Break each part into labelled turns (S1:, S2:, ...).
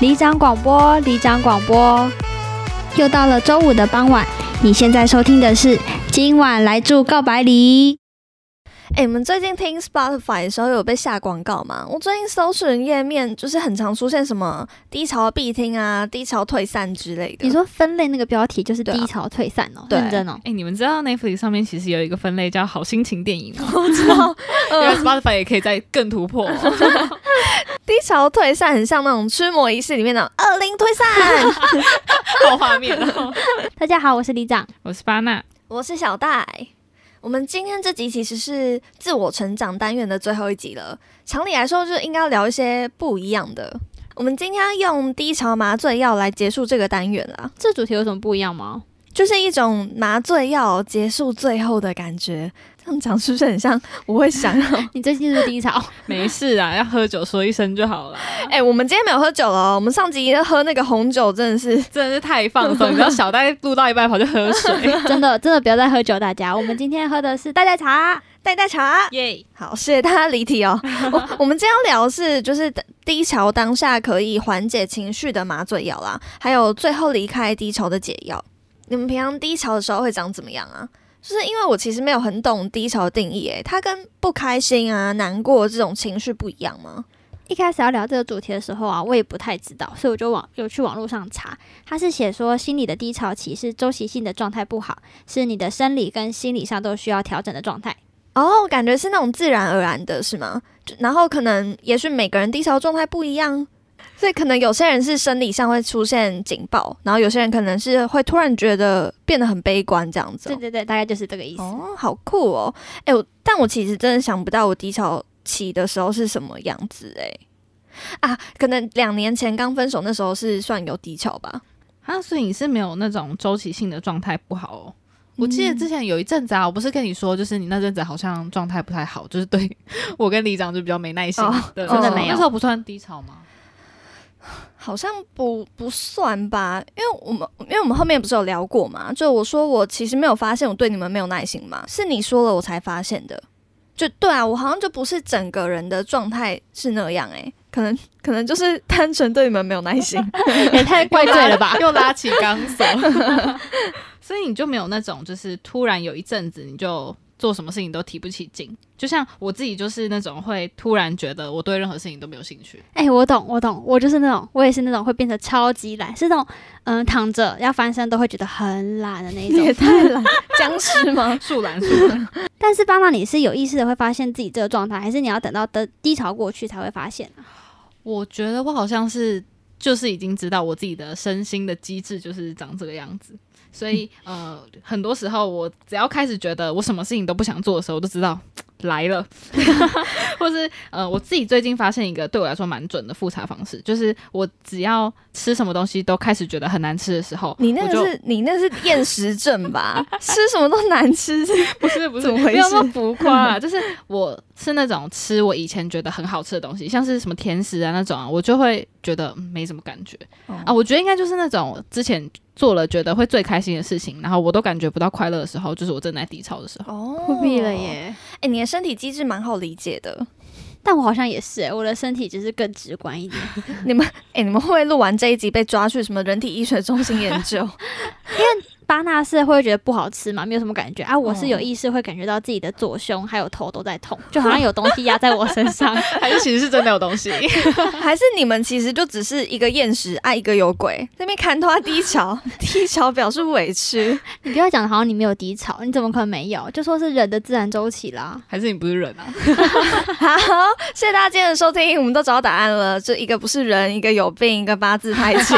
S1: 里长广播，里长广播。又到了周五的傍晚，你现在收听的是《今晚来住告白里》。
S2: 哎、你们最近听 Spotify 的时候有被下广告吗？我最近搜寻页面就是很常出现什么低潮必听啊、低潮退散之类的。
S1: 你说分类那个标题就是
S2: 对啊
S1: 低潮退散哦，
S2: 对
S1: 认真哦。
S3: 哎、你们知道 Netflix 上面其实有一个分类叫“好心情电影” 吗？
S2: 我知道，
S3: 因
S2: 呃
S3: 为 Spotify 也可以再更突 破、
S2: 低潮退散很像那种驱魔仪式里面的恶灵退 散。
S3: 好画面哦。
S1: 大家好，我是里长。
S3: 我是巴娜，
S2: 我是小戴，我们今天这集其实是自我成长单元的最后一集了。常理来说，就应该要聊一些不一样的。我们今天要用低潮麻醉药来结束这个单元啦。
S1: 这主题有什么不一样吗？
S2: 就是一种麻醉药结束最后的感觉。这样讲是不是很像？我会想要，
S1: 你最近是不是低潮？
S3: 没事啊，要喝酒说一声就好了。
S2: 哎、我们今天没有喝酒了哦，我们上集喝那个红酒真的是，
S3: 真的是太放松，你知道小戴录到一半跑去 喝水，
S1: 真的，真的不要再喝酒，大家。我们今天喝的是代代茶。
S2: 代代茶。
S3: 耶、
S2: 好，谢谢大家离题哦。我我们今天要聊的是就是低潮当下可以缓解情绪的麻醉药啦，还有最后离开低潮的解药。你们平常低潮的时候会长怎么样啊？就是因为我其实没有很懂低潮的定义，诶，它跟不开心啊、难过这种情绪不一样吗？
S1: 一开始要聊这个主题的时候啊，我也不太知道，所以我就网有去网络上查，它是写说心理的低潮期是周期性的状态不好，是你的生理跟心理上都需要调整的状态。
S2: 哦，感觉是那种自然而然的，是吗？就然后可能也许每个人低潮状态不一样，所以可能有些人是生理上会出现警报，然后有些人可能是会突然觉得变得很悲观这样子
S1: 对
S2: 哦。
S1: 对对，大概就是这个意思。
S2: 哦，好酷哦！哎、我但我其实真的想不到我低潮期的时候是什么样子哎、啊，可能两年前刚分手那时候是算有低潮吧。
S3: 啊，所以你是没有那种周期性的状态不好哦。我记得
S2: 嗯
S3: 之前有一阵子啊，我不是跟你说，就是你那阵子好像状态不太好，就是对 我跟里长就比较没耐心
S2: 哦
S3: 的，
S2: 真的没有
S3: 那时候不算低潮吗？
S2: 好像不不算吧，因为我们因为我们后面不是有聊过嘛，就我说我其实没有发现我对你们没有耐心嘛，是你说了我才发现的。就对啊，我好像就不是整个人的状态是那样诶、可能可能就是单纯对你们没有耐 心。
S1: 也 太 怪罪了吧？
S3: 又拉起钢索， 所以你就没有那种就是突然有一阵子你就做什么事情都提不起劲，就像我自己就是那种会突然觉得我对任何事情都没有兴趣，
S1: 哎、我懂，我懂，我就是那种，我也是那种会变得超级懒，是那种嗯、躺着要翻身都会觉得很懒的那一
S2: 你也
S1: 种。
S2: 太懒，僵尸吗？
S3: 树懒树懒，
S1: 但是爸妈，你是有意识的会发现自己这个状态，还是你要等到的低潮过去才会发现、啊？
S3: 我觉得我好像是就是已经知道我自己的身心的机制就是长这个样子，所以呃，很多时候我只要开始觉得我什么事情都不想做的时候，我就知道来了， 或是呃，我自己最近发现一个对我来说蛮准的复查方式，就是我只要吃什么东西都开始觉得很难吃的时候，
S2: 你那
S3: 我
S2: 个
S3: 就是
S2: 你那是厌食症吧？ 吃什么都难吃，
S3: 不是不是，
S2: 怎么回
S3: 没有那
S2: 事
S3: 么浮夸、啊， 就是我是那种吃我以前觉得很好吃的东西，像是什么甜食啊那种啊，我就会觉得嗯没什么感觉、
S2: 哦
S3: 啊。我觉得应该就是那种之前做了觉得会最开心的事情，然后我都感觉不到快乐的时候，就是我正在低潮的时候。
S2: 哦
S1: 酷毙了！耶！
S2: 哎、你的身体机制蛮好理解的。
S1: 哦但我好像也是、哎，我的身体只是更直观一点，
S2: 你们哎、你们会不会录完这一集被抓去什么人体医学中心研究？
S1: 巴纳是会觉得不好吃嘛，没有什么感觉啊。我是有
S2: 哦
S1: 意识会感觉到自己的左胸还有头都在痛，就好像有东西压在我身 上。
S3: 还是其实是真的有东西，
S2: 还是你们其实就只是一个厌食，爱一个有鬼，那边看他低 潮，低潮表示委屈。
S1: 你不要讲得好像你没有低潮，你怎么可能没有？就说是人的自然周期啦。
S3: 还是你不是人啊？
S2: 好，谢谢大家今天的收听，我们都找到答案了，这一个不是人，一个有病，一个八字太轻。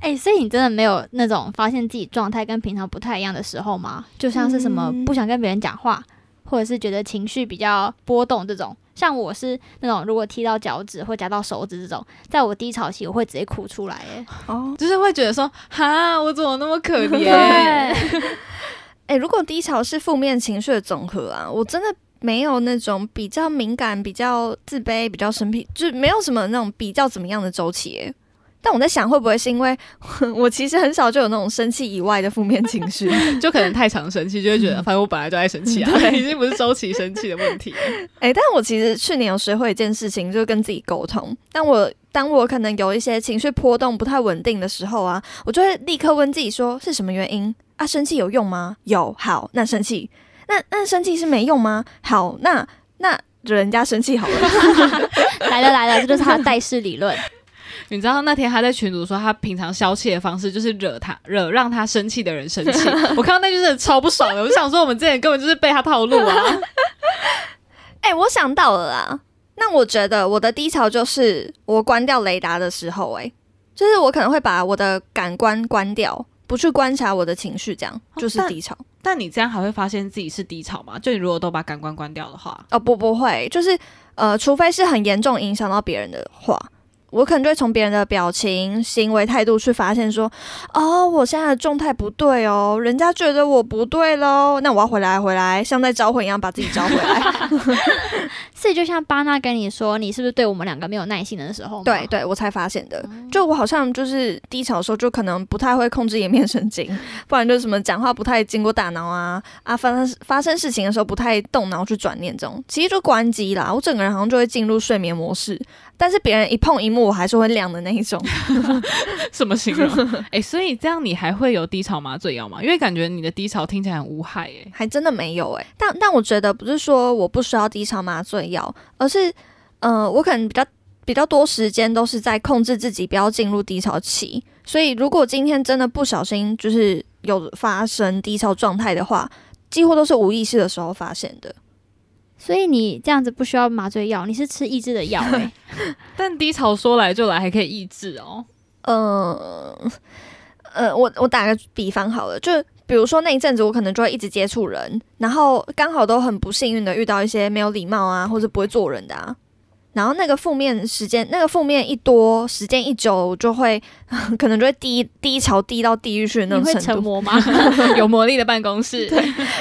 S1: 哎、所以你真的没有那种发现自己状态跟平常不太一样的时候吗？就像是什么
S2: 嗯
S1: 不想跟别人讲话，或者是觉得情绪比较波动这种。像我是那种，如果踢到脚趾或夹到手指这种，在我低潮期我会直接哭出来、哎，
S2: 哦，
S3: 就是会觉得说，哈，我怎么那么可怜？
S1: 对，
S2: 哎、如果低潮是负面情绪的总和啊，我真的。没有那种比较敏感、比较自卑、比较生僻，就是没有什么那种比较怎么样的周期耶，但我在想，会不会是因为 我其实很少就有那种生气以外的负面情绪？
S3: 就可能太常生气，就会觉得反正我本来就爱生气啊， 已经不是周期生气的问题了。
S2: 哎、但我其实去年有学会一件事情，就是跟自己沟通。但我当我可能有一些情绪波动不太稳定的时候啊，我就会立刻问自己说是什么原因啊？生气有用吗？有，好，那生气，那那生气是没用吗？好，那那惹人家生气好了。
S1: 来了来了，这就是他的代式理论。
S3: 你知道那天他在群组说，他平常消气的方式就是惹他惹让他生气的人生 气。我看到那就是超不爽的，我就想说我们之前根本就是被他套路啊。
S2: 哎、我想到了啦。那我觉得我的低潮就是我关掉雷达的时候、哎，就是我可能会把我的感官关掉，不去观察我的情绪，这样
S3: 哦
S2: 就是
S3: 但
S2: 低潮。
S3: 但你这样还会发现自己是低潮吗？就你如果都把感官关掉的话，
S2: 哦，不，不会，就是呃，除非是很严重影响到别人的话，我可能就会从别人的表情、行为、态度去发现说，哦，我现在的状态不对哦，人家觉得我不对喽，那我要回来，回来，像在招魂一样把自己招回来。
S1: 所以就像巴纳跟你说，你是不是对我们两个没有耐心的时候嘛？
S2: 对对，我才发现的。就我好像就是低潮的时候，就可能不太会控制颜面神经， 不然就是什么讲话不太经过大脑啊啊，发生发生事情的时候不太动脑去转念这种，其实就关机啦。我整个人好像就会进入睡眠模式，但是别人一碰一幕，我还是会亮的那一种。
S3: 什么形容？ 哎、所以这样你还会有低潮麻醉药吗？因为感觉你的低潮听起来很无害哎、
S2: 还真的没有诶、欸但但我觉得不是说我不需要低潮麻醉药，而是呃，我可能比较比较多时间都是在控制自己不要进入低潮期。所以如果今天真的不小心就是有发生低潮状态的话，几乎都是无意识的时候发现的。
S1: 所以你这样子不需要麻醉药，你是吃抑制 的药、欸。
S3: 但低潮说来就来，还可以抑制 哦。
S2: 呃呃，我我打个比方好了，就比如说那一阵子，我可能就会一直接触人，然后刚好都很不幸运的遇到一些没有礼貌啊，或者不会做人的啊。然后那个负面时间，那个负面一多，时间一久，我就会 可能就会低低潮低到地狱去的那
S1: 你会
S2: 种
S1: 成
S2: 程度。
S1: 魔吗？
S3: 有魔力的办公 室，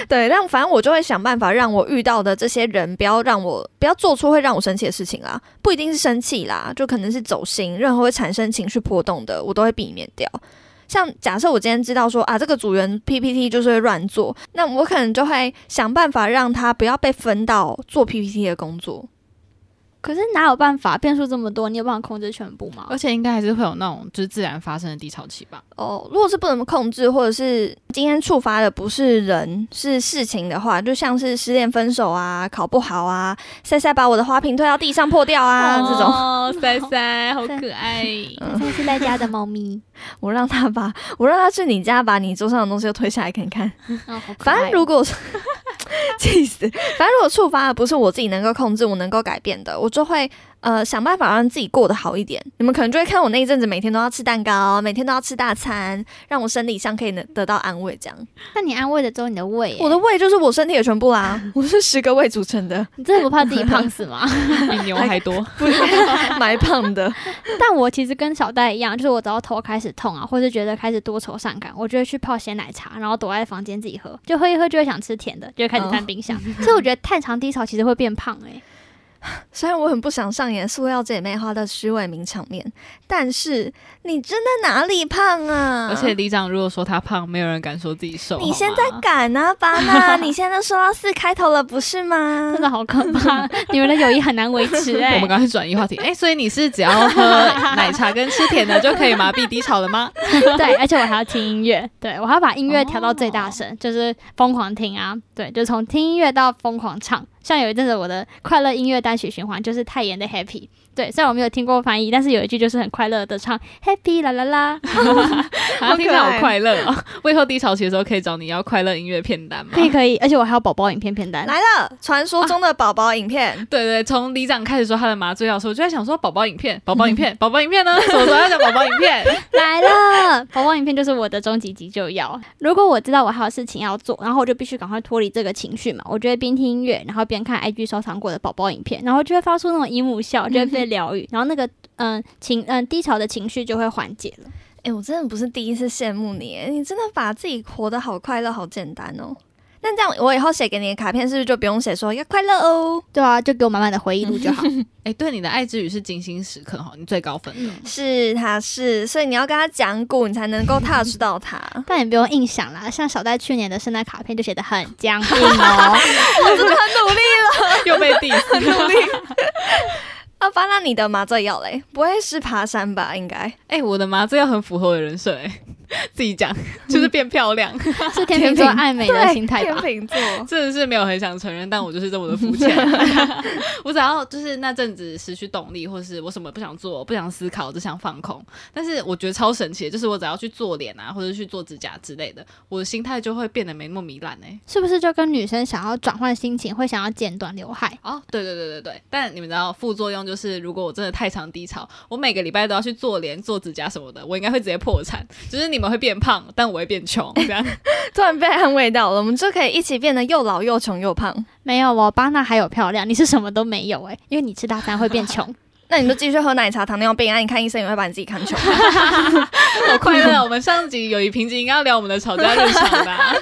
S2: 对，但反正我就会想办法让我遇到的这些人不要让我不要做出会让我生气的事情啦，不一定是生气啦，就可能是走心，任何会产生情绪波动的，我都会避免掉。像假设我今天知道说啊，这个组员 PPT 就是会乱做，那我可能就会想办法让他不要被分到做 PPT 的工作。
S1: 可是哪有办法？变数这么多，你有办法控制全部吗
S3: 而？且应该还是会有那种就是自然发生的低潮期吧。
S2: 哦，如果是不能控制，或者是今天触发的不是人是事情的话，就像是失恋、分手啊、考不好啊、塞塞把我的花瓶推到地上破掉啊、这种，
S3: 哦，塞塞好可 爱。
S1: 这是在家的猫 咪，
S2: 我让他把 我让他去你家把你桌上的东西都推下来看看。
S1: 哦好可爱
S2: 反正如果 气死，反正如果触发的不是我自己能够控制、我能够改变的，我就会呃想办法让自己过得好一点。你们可能就会看我那一阵子每天都要吃蛋糕，每天都要吃大餐，让我生理上可以能得到安慰。这样，
S1: 那你安慰的只有你的胃、欸，
S2: 我的胃就是我身体的全部啊啦， 我是十个胃组成 的，
S1: 你真的不怕自己胖死 吗？
S3: 比牛还多。
S2: 不是买胖的。
S1: 但我其实跟小戴一样，就是我只要头开始痛啊，或是觉得开始多愁善感，我就会去泡鲜奶茶，然后躲在房间自己喝，就喝一喝就会想吃甜的，就会开
S2: 嗯
S1: 始翻冰箱。所以我觉得太长低潮其实会变胖哎、
S2: 虽然我很不想上演塑料姐妹花的虚伪名场面，但是你真的哪里胖啊？
S3: 而且里长如果说他胖，没有人敢说自己瘦。
S2: 你现
S3: 好
S2: 在
S3: 吗
S2: 敢啊，巴 纳？你现在说到四开头了，不是吗
S1: 真？的好可怕，你们的友谊很难维持哎、
S3: 我们赶快转移话题。哎、所以你是只要喝奶茶跟吃甜的就可以麻痹低潮了吗？
S1: 对，而且我还要听音乐，对我还要把音乐调到最
S3: 哦
S1: 大声，就是疯狂听啊，对，就从听音乐到疯狂唱。像有一阵子我的快乐音乐单曲循环就是泰妍的 Happy，对，虽然我没有听过翻译，但是有一句就是很快乐的唱 Happy 啦啦啦，
S3: 好像听起来好快乐哦。我以后低潮期的时候可以找你要快乐音乐片单吗
S1: 可？以可以，而且我还有宝宝影片片 单，
S2: 来了，传说中的宝宝影 片。
S3: 对对，从里长开始说他的麻醉药的时候，我就在想说宝宝影片，宝宝影片，宝宝影片呢？什么时候要讲宝宝影片？
S1: 来了，宝宝影片就是我的终极急救药。如果我知道我还有事情要做，然后我就必须赶快脱离这个情绪嘛，我就会边听音乐，然后边看 IG 收藏过的宝宝影片，然后就会发出那种姨母笑，就会被疗愈，然后那个嗯情嗯低潮的情绪就会缓解了。
S2: 哎、我真的不是第一次羡慕你，你真的把自己活得好快乐，好简单哦。那这样我以后写给你的卡片是不是就不用写说要快乐哦？
S1: 对啊，就给我满满的回忆录就 好。
S3: 哎、对你的爱之语是精心时刻哈，你最高分的。
S2: 嗯是，他是，所以你要跟他讲古，你才能够 touch 到他。
S1: 但也不用硬想啦，像小戴去年的圣诞卡片就写的很僵硬 哦。
S2: 我真的很努 力
S3: 又被 diss，
S2: 努 力。阿啊巴，那你的麻醉药嘞？不会是爬山吧？应该
S3: 哎、我的麻醉药很符合我的人设哎、自己讲就是变漂亮，
S1: 是天秤座爱美的心态
S2: 对
S1: 吧？
S2: 天秤座。
S3: 真的是没有很想承认，但我就是这么的 肤浅。我只要就是那阵子失去动力，或是我什么不想做、不想思考，只想放空。但是我觉得超神奇的，就是我只要去做脸啊，或者去做指甲之类的，我的心态就会变得没那么糜烂哎、
S1: 是不是就跟女生想要转换心情，会想要剪短刘海？
S3: 哦，对对对对对，但你们知道副作用就是，如果我真的太常低潮，我每个礼拜都要去做脸、做指甲什么的，我应该会直接破产。就是你们会变胖，但我会变穷，这样
S2: 突然被安慰到了，我们就可以一起变得又老又穷又胖。
S1: 没有哦，巴娜还有漂亮，你是什么都没有诶、因为你吃大餐会变穷。
S2: 那你就继续喝奶茶、糖尿病啊！你看医生也会把你自己 看穷。
S3: 好快乐。我们上集有一瓶颈应该要聊我们的吵架日常 吧？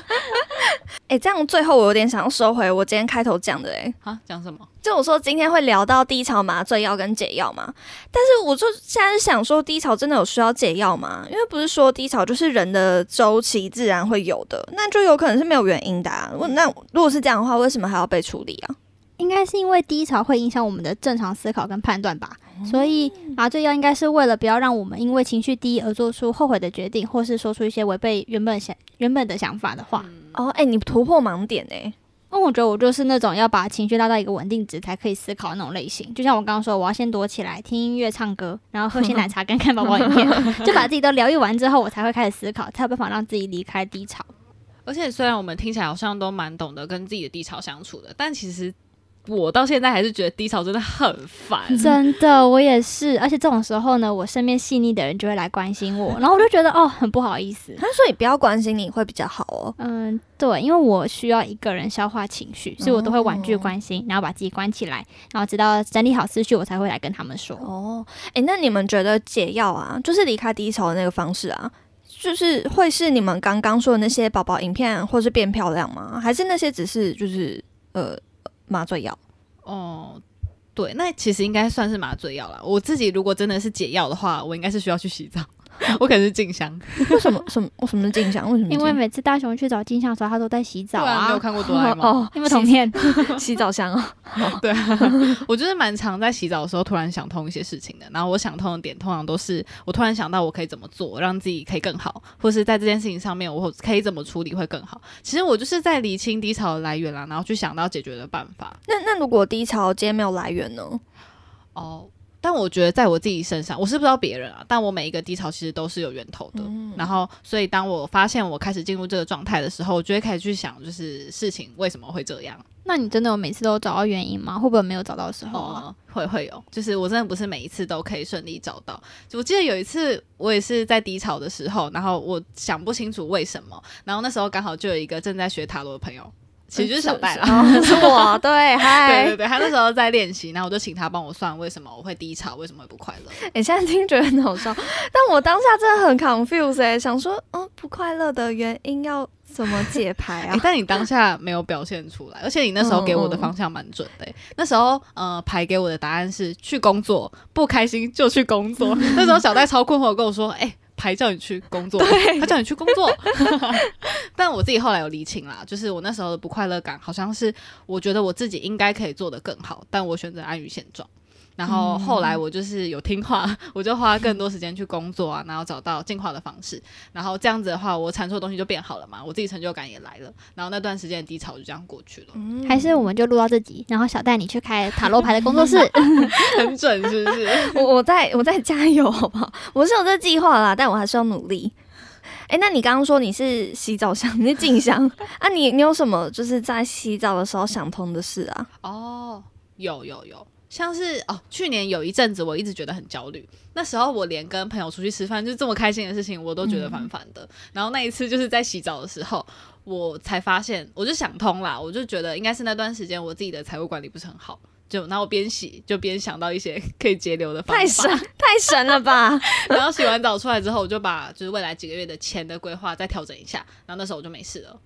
S2: 哎、这样最后我有点想要收回我今天开头讲的、欸，哎，
S3: 啊，讲什么？
S2: 就我说今天会聊到低潮麻醉药跟解药嘛，但是我就现在是想说，低潮真的有需要解药吗？因为不是说低潮就是人的周期自然会有的，那就有可能是没有原因的、啊。我那如果是这样的话，为什么还要被处理啊？
S1: 应该是因为低潮会影响我们的正常思考跟判断吧，所以麻醉药应该是为了不要让我们因为情绪低而做出后悔的决定，或是说出一些违背原本想原本的想法的话。
S2: 哦，哎、你突破盲点哎、
S1: 那我觉得我就是那种要把情绪拉到一个稳定值才可以思考的那种类型，就像我刚刚说，我要先躲起来听音乐、唱歌，然后喝些奶茶跟看宝宝影片，就把自己都疗愈完之后，我才会开始思考，才有办法让自己离开低潮。
S3: 而且虽然我们听起来好像都蛮懂得跟自己的低潮相处的，但其实我到现在还是觉得低潮真的很烦。
S1: 真的，我也是，而且这种时候呢，我身边细腻的人就会来关心我，然后我就觉得哦，很不好意思。
S2: 他说你不要关心你会比较好哦。
S1: 嗯，对，因为我需要一个人消化情绪，所以我都会婉拒关心，然后把自己关起来，然后直到整理好思绪，我才会来跟他们说。
S2: 哦，哎、那你们觉得解药啊，就是离开低潮的那个方式啊，就是会是你们刚刚说的那些宝宝影片，啊或是变漂亮吗？还是那些只是就是呃麻醉药？
S3: 哦，对，那其实应该算是麻醉药啦。我自己如果真的是解药的话，我应该是需要去洗澡， 我可能是静香。
S2: 为什么什么我什么是镜像？为什么是
S1: 因为
S2: 镜
S1: 每次大雄去找金像的时候，他都在洗澡
S3: 对啊，你
S1: 啊
S3: 有。看过哆啦 A 梦？
S2: 哦，
S1: 你有没有同片？
S2: 像洗澡香啊？
S3: 对、啊，我就是蛮常在洗澡的时候突然想通一些事情的。然后我想通的点，通常都是我突然想到我可以怎么做，让自己可以更好，或是在这件事情上面我可以怎么处理会更好。其实我就是在理清低潮的来源啦，然后去想到解决的办法。
S2: 那那如果低潮今天没有来源呢？
S3: 哦，但我觉得在我自己身上，我是不知道别人啊，但我每一个低潮其实都是有源头
S2: 嗯
S3: 的。然后，所以当我发现我开始进入这个状态的时候，我就会开始去想，就是事情为什么会这样。
S1: 那你真的有每次都找到原因吗？会不会没有找到的时候啊？
S3: 哦，会会有，就是我真的不是每一次都可以顺利找到。就我记得有一次，我也是在低潮的时候，然后我想不清楚为什么，然后那时候刚好就有一个正在学塔罗的朋友，其实就是
S1: 嗯
S3: 小戴啦。
S2: 哦，是我 对，
S3: 对
S2: 嗨
S3: 对，对，他那时候在练习，然后我就请他帮我算为什么我会低潮，为什么会不快乐。
S2: 你现在听觉得很好笑，但我当下真的很 confused 哎、想说，嗯，不快乐的原因要怎么解牌
S3: 欸
S2: 啊？
S3: 但你当下没有表现出来，而且你那时候给我的方向蛮准的欸、那时候呃，排给我的答案是去工作，不开心就去工作。那时候小戴超困惑，跟我说：“哎、牌叫你去工作，他叫你去工作。” 但我自己后来有理清啦，就是我那时候的不快乐感，好像是我觉得我自己应该可以做得更好，但我选择安于现状。然后后来我就是有听话， 我就花更多时间去工作啊，然后找到进化的方式，然后这样子的话，我产出的东西就变好了嘛，我自己成就感也来了，然后那段时间的低潮就这样过去
S2: 嗯
S3: 了，
S1: 还是我们就录到这集，然后小戴你去开塔罗牌的工作室，
S3: 很准是不 是？
S2: 我我再我再加油好 不好？我是有这计划啦，但我还是要努力。哎、那你刚刚说你是洗澡香，你是静香啊你？你有什么就是在洗澡的时候想通的事啊？
S3: 哦，有有有。像是哦，去年有一阵子我一直觉得很焦虑，那时候我连跟朋友出去吃饭，就是这么开心的事情，我都觉得烦烦的。然后那一次就是在洗澡的时候，我才发现，我就想通啦，我就觉得应该是那段时间我自己的财务管理不是很好，就然后我边洗就边想到一些 可以节流的方法，
S2: 太神 太神了 吧！
S3: 然后洗完澡出来之后，我就把就是未来几个月的钱的规划再调整一下，然后那时候我就没事了。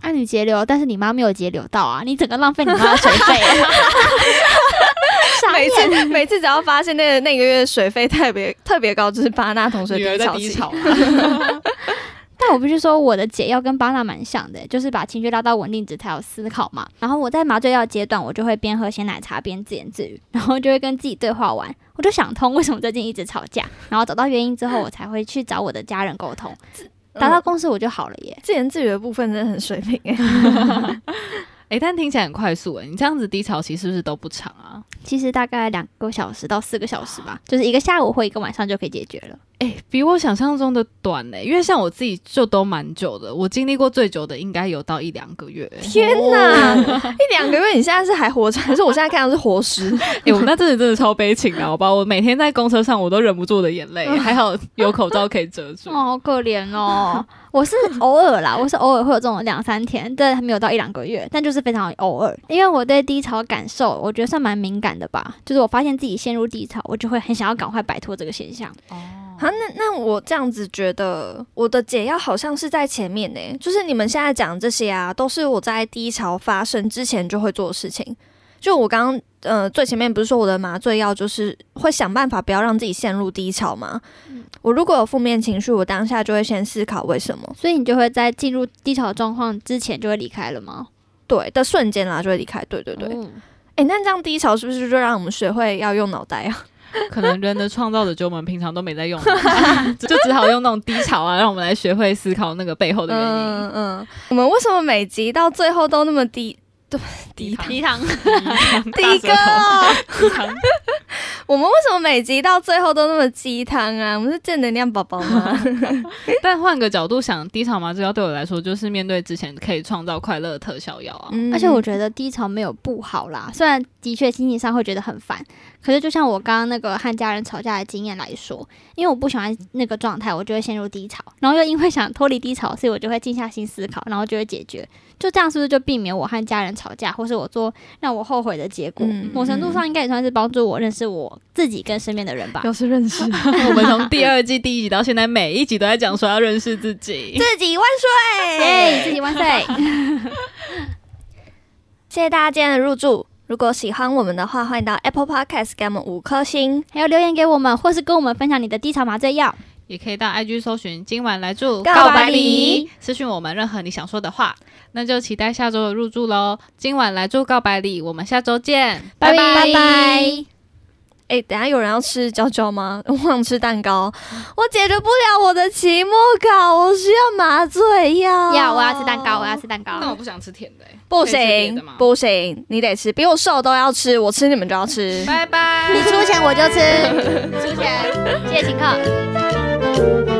S1: 啊，你节流，但是你妈没有节流到啊，你整个浪费你妈的水费、啊。傻
S2: 每
S1: 眼，
S2: 次每次只要发现那个那个月水费特别特别高，就是巴纳同学
S3: 女儿在低
S2: 期。
S3: 潮啊，
S1: 但我必须说，我的解药跟巴纳蛮像的，就是把情绪拉到稳定值才有思考嘛。然后我在麻醉药阶段，我就会边喝鲜奶茶边自言自语， 然后就会跟自己对话完，我就想通为什么最近一直吵架，然后找到原因之后，我才会去找我的家人沟通，达到
S2: 嗯
S1: 共识我就好了耶。
S2: 自言自语的部分真的很水平哎、
S3: 哎、但听起来很快速哎、你这样子低潮期是不是都不长啊？
S1: 其实大概两个小时到四个小时吧，就是一个下午或一个晚上就可以解决了。
S3: 哎、比我想象中的短哎、因为像我自己就都蛮久的，我经历过最久的应该有到一两个月、欸。
S2: 天哪，哦 一两个月你现在是还活着，还是我现在看到是活尸？
S3: 哎、我那阵子真的超悲情的，好吧？我每天在公车上我都忍不住我的眼泪，
S2: 嗯
S3: 还好有口罩可以遮住。
S1: 哦，好可怜哦！ 我是偶尔啦，我是偶尔会有这种两三天，但还没有到一两个月，但就是非常偶尔。因为我对低潮感受，我觉得算蛮敏感的吧。就是我发现自己陷入低潮，我就会很想要赶快摆脱这个现象。
S3: 哦，
S2: 啊，那那我这样子觉得，我的解药好像是在前面呢、就是你们现在讲这些啊，都是我在低潮发生之前就会做的事情。就我刚刚呃最前面不是说我的麻醉药就是会想办法不要让自己陷入低潮吗？
S3: 嗯
S2: 我如果有负面情绪，我当下就会先思考为什么，
S1: 所以你就会在进入低潮状况之前就会离开了吗？
S2: 对的瞬间啦就会离开。对对对，诶，
S1: 哦
S2: 那这样低潮是不是就让我们学会要用脑袋啊？
S3: 可能人的创造者就我们平常都没在用的， 就只好用那种低潮啊，让我们来学会思考那个背后的原因。
S2: 嗯嗯，我们为什么每集到最后都那么低？对，低
S3: 潮
S1: 鸡汤，
S2: 低
S3: 大舌头，低汤
S2: 我们为什么每集到最后都那么鸡汤啊？我们是正能量宝宝吗？
S3: 但换个角度想，低潮麻醉药对我来说就是面对之前可以创造快乐的特效药啊。
S1: 而且我觉得低潮没有不好啦，虽然的确心情上会觉得很烦，可是就像我刚刚那个和家人吵架的经验来说，因为我不喜欢那个状态，我就会陷入低潮，然后又因为想脱离低潮，所以我就会静下心思考，然后就会解决。就这样是不是就避免我和家人吵架，或是我做让我后悔的结果？
S2: 嗯
S1: 某程度上应该也算是帮助我认识我自己跟身边的人吧。
S2: 是认识
S3: 我们从第二季第一集到现在，每一集都在讲说要认识自己。
S2: 自己万
S1: 哎、
S2: 岁！
S1: 自己万岁！
S2: 谢谢大家今天的入住。如果喜欢我们的话，欢迎到 Apple Podcast 给我们五颗星。
S1: 还有留言给我们，或是跟我们分享你的低潮麻醉药。
S3: 也可以到 IG 搜寻“今晚来住
S2: 告白礼”，
S3: 私讯我们任何你想说的话。那就期待下周的入住喽！今晚来住告白礼，我们下周见，拜
S1: 拜拜。
S2: 哎、等一下有人要吃焦焦吗？ 我想吃蛋糕，
S1: 嗯
S2: 我解决不了我的期末考，我需要麻醉药。
S1: 要，我要吃蛋糕，我要吃蛋糕。
S3: 那我不想吃甜的、欸，
S2: 不
S3: 可以吃别的
S2: 行
S3: 吗
S2: 不行，你得吃，比我瘦都要吃，我吃你们就要吃。
S3: 拜拜。
S1: 你出钱我就吃，出钱，谢谢请客。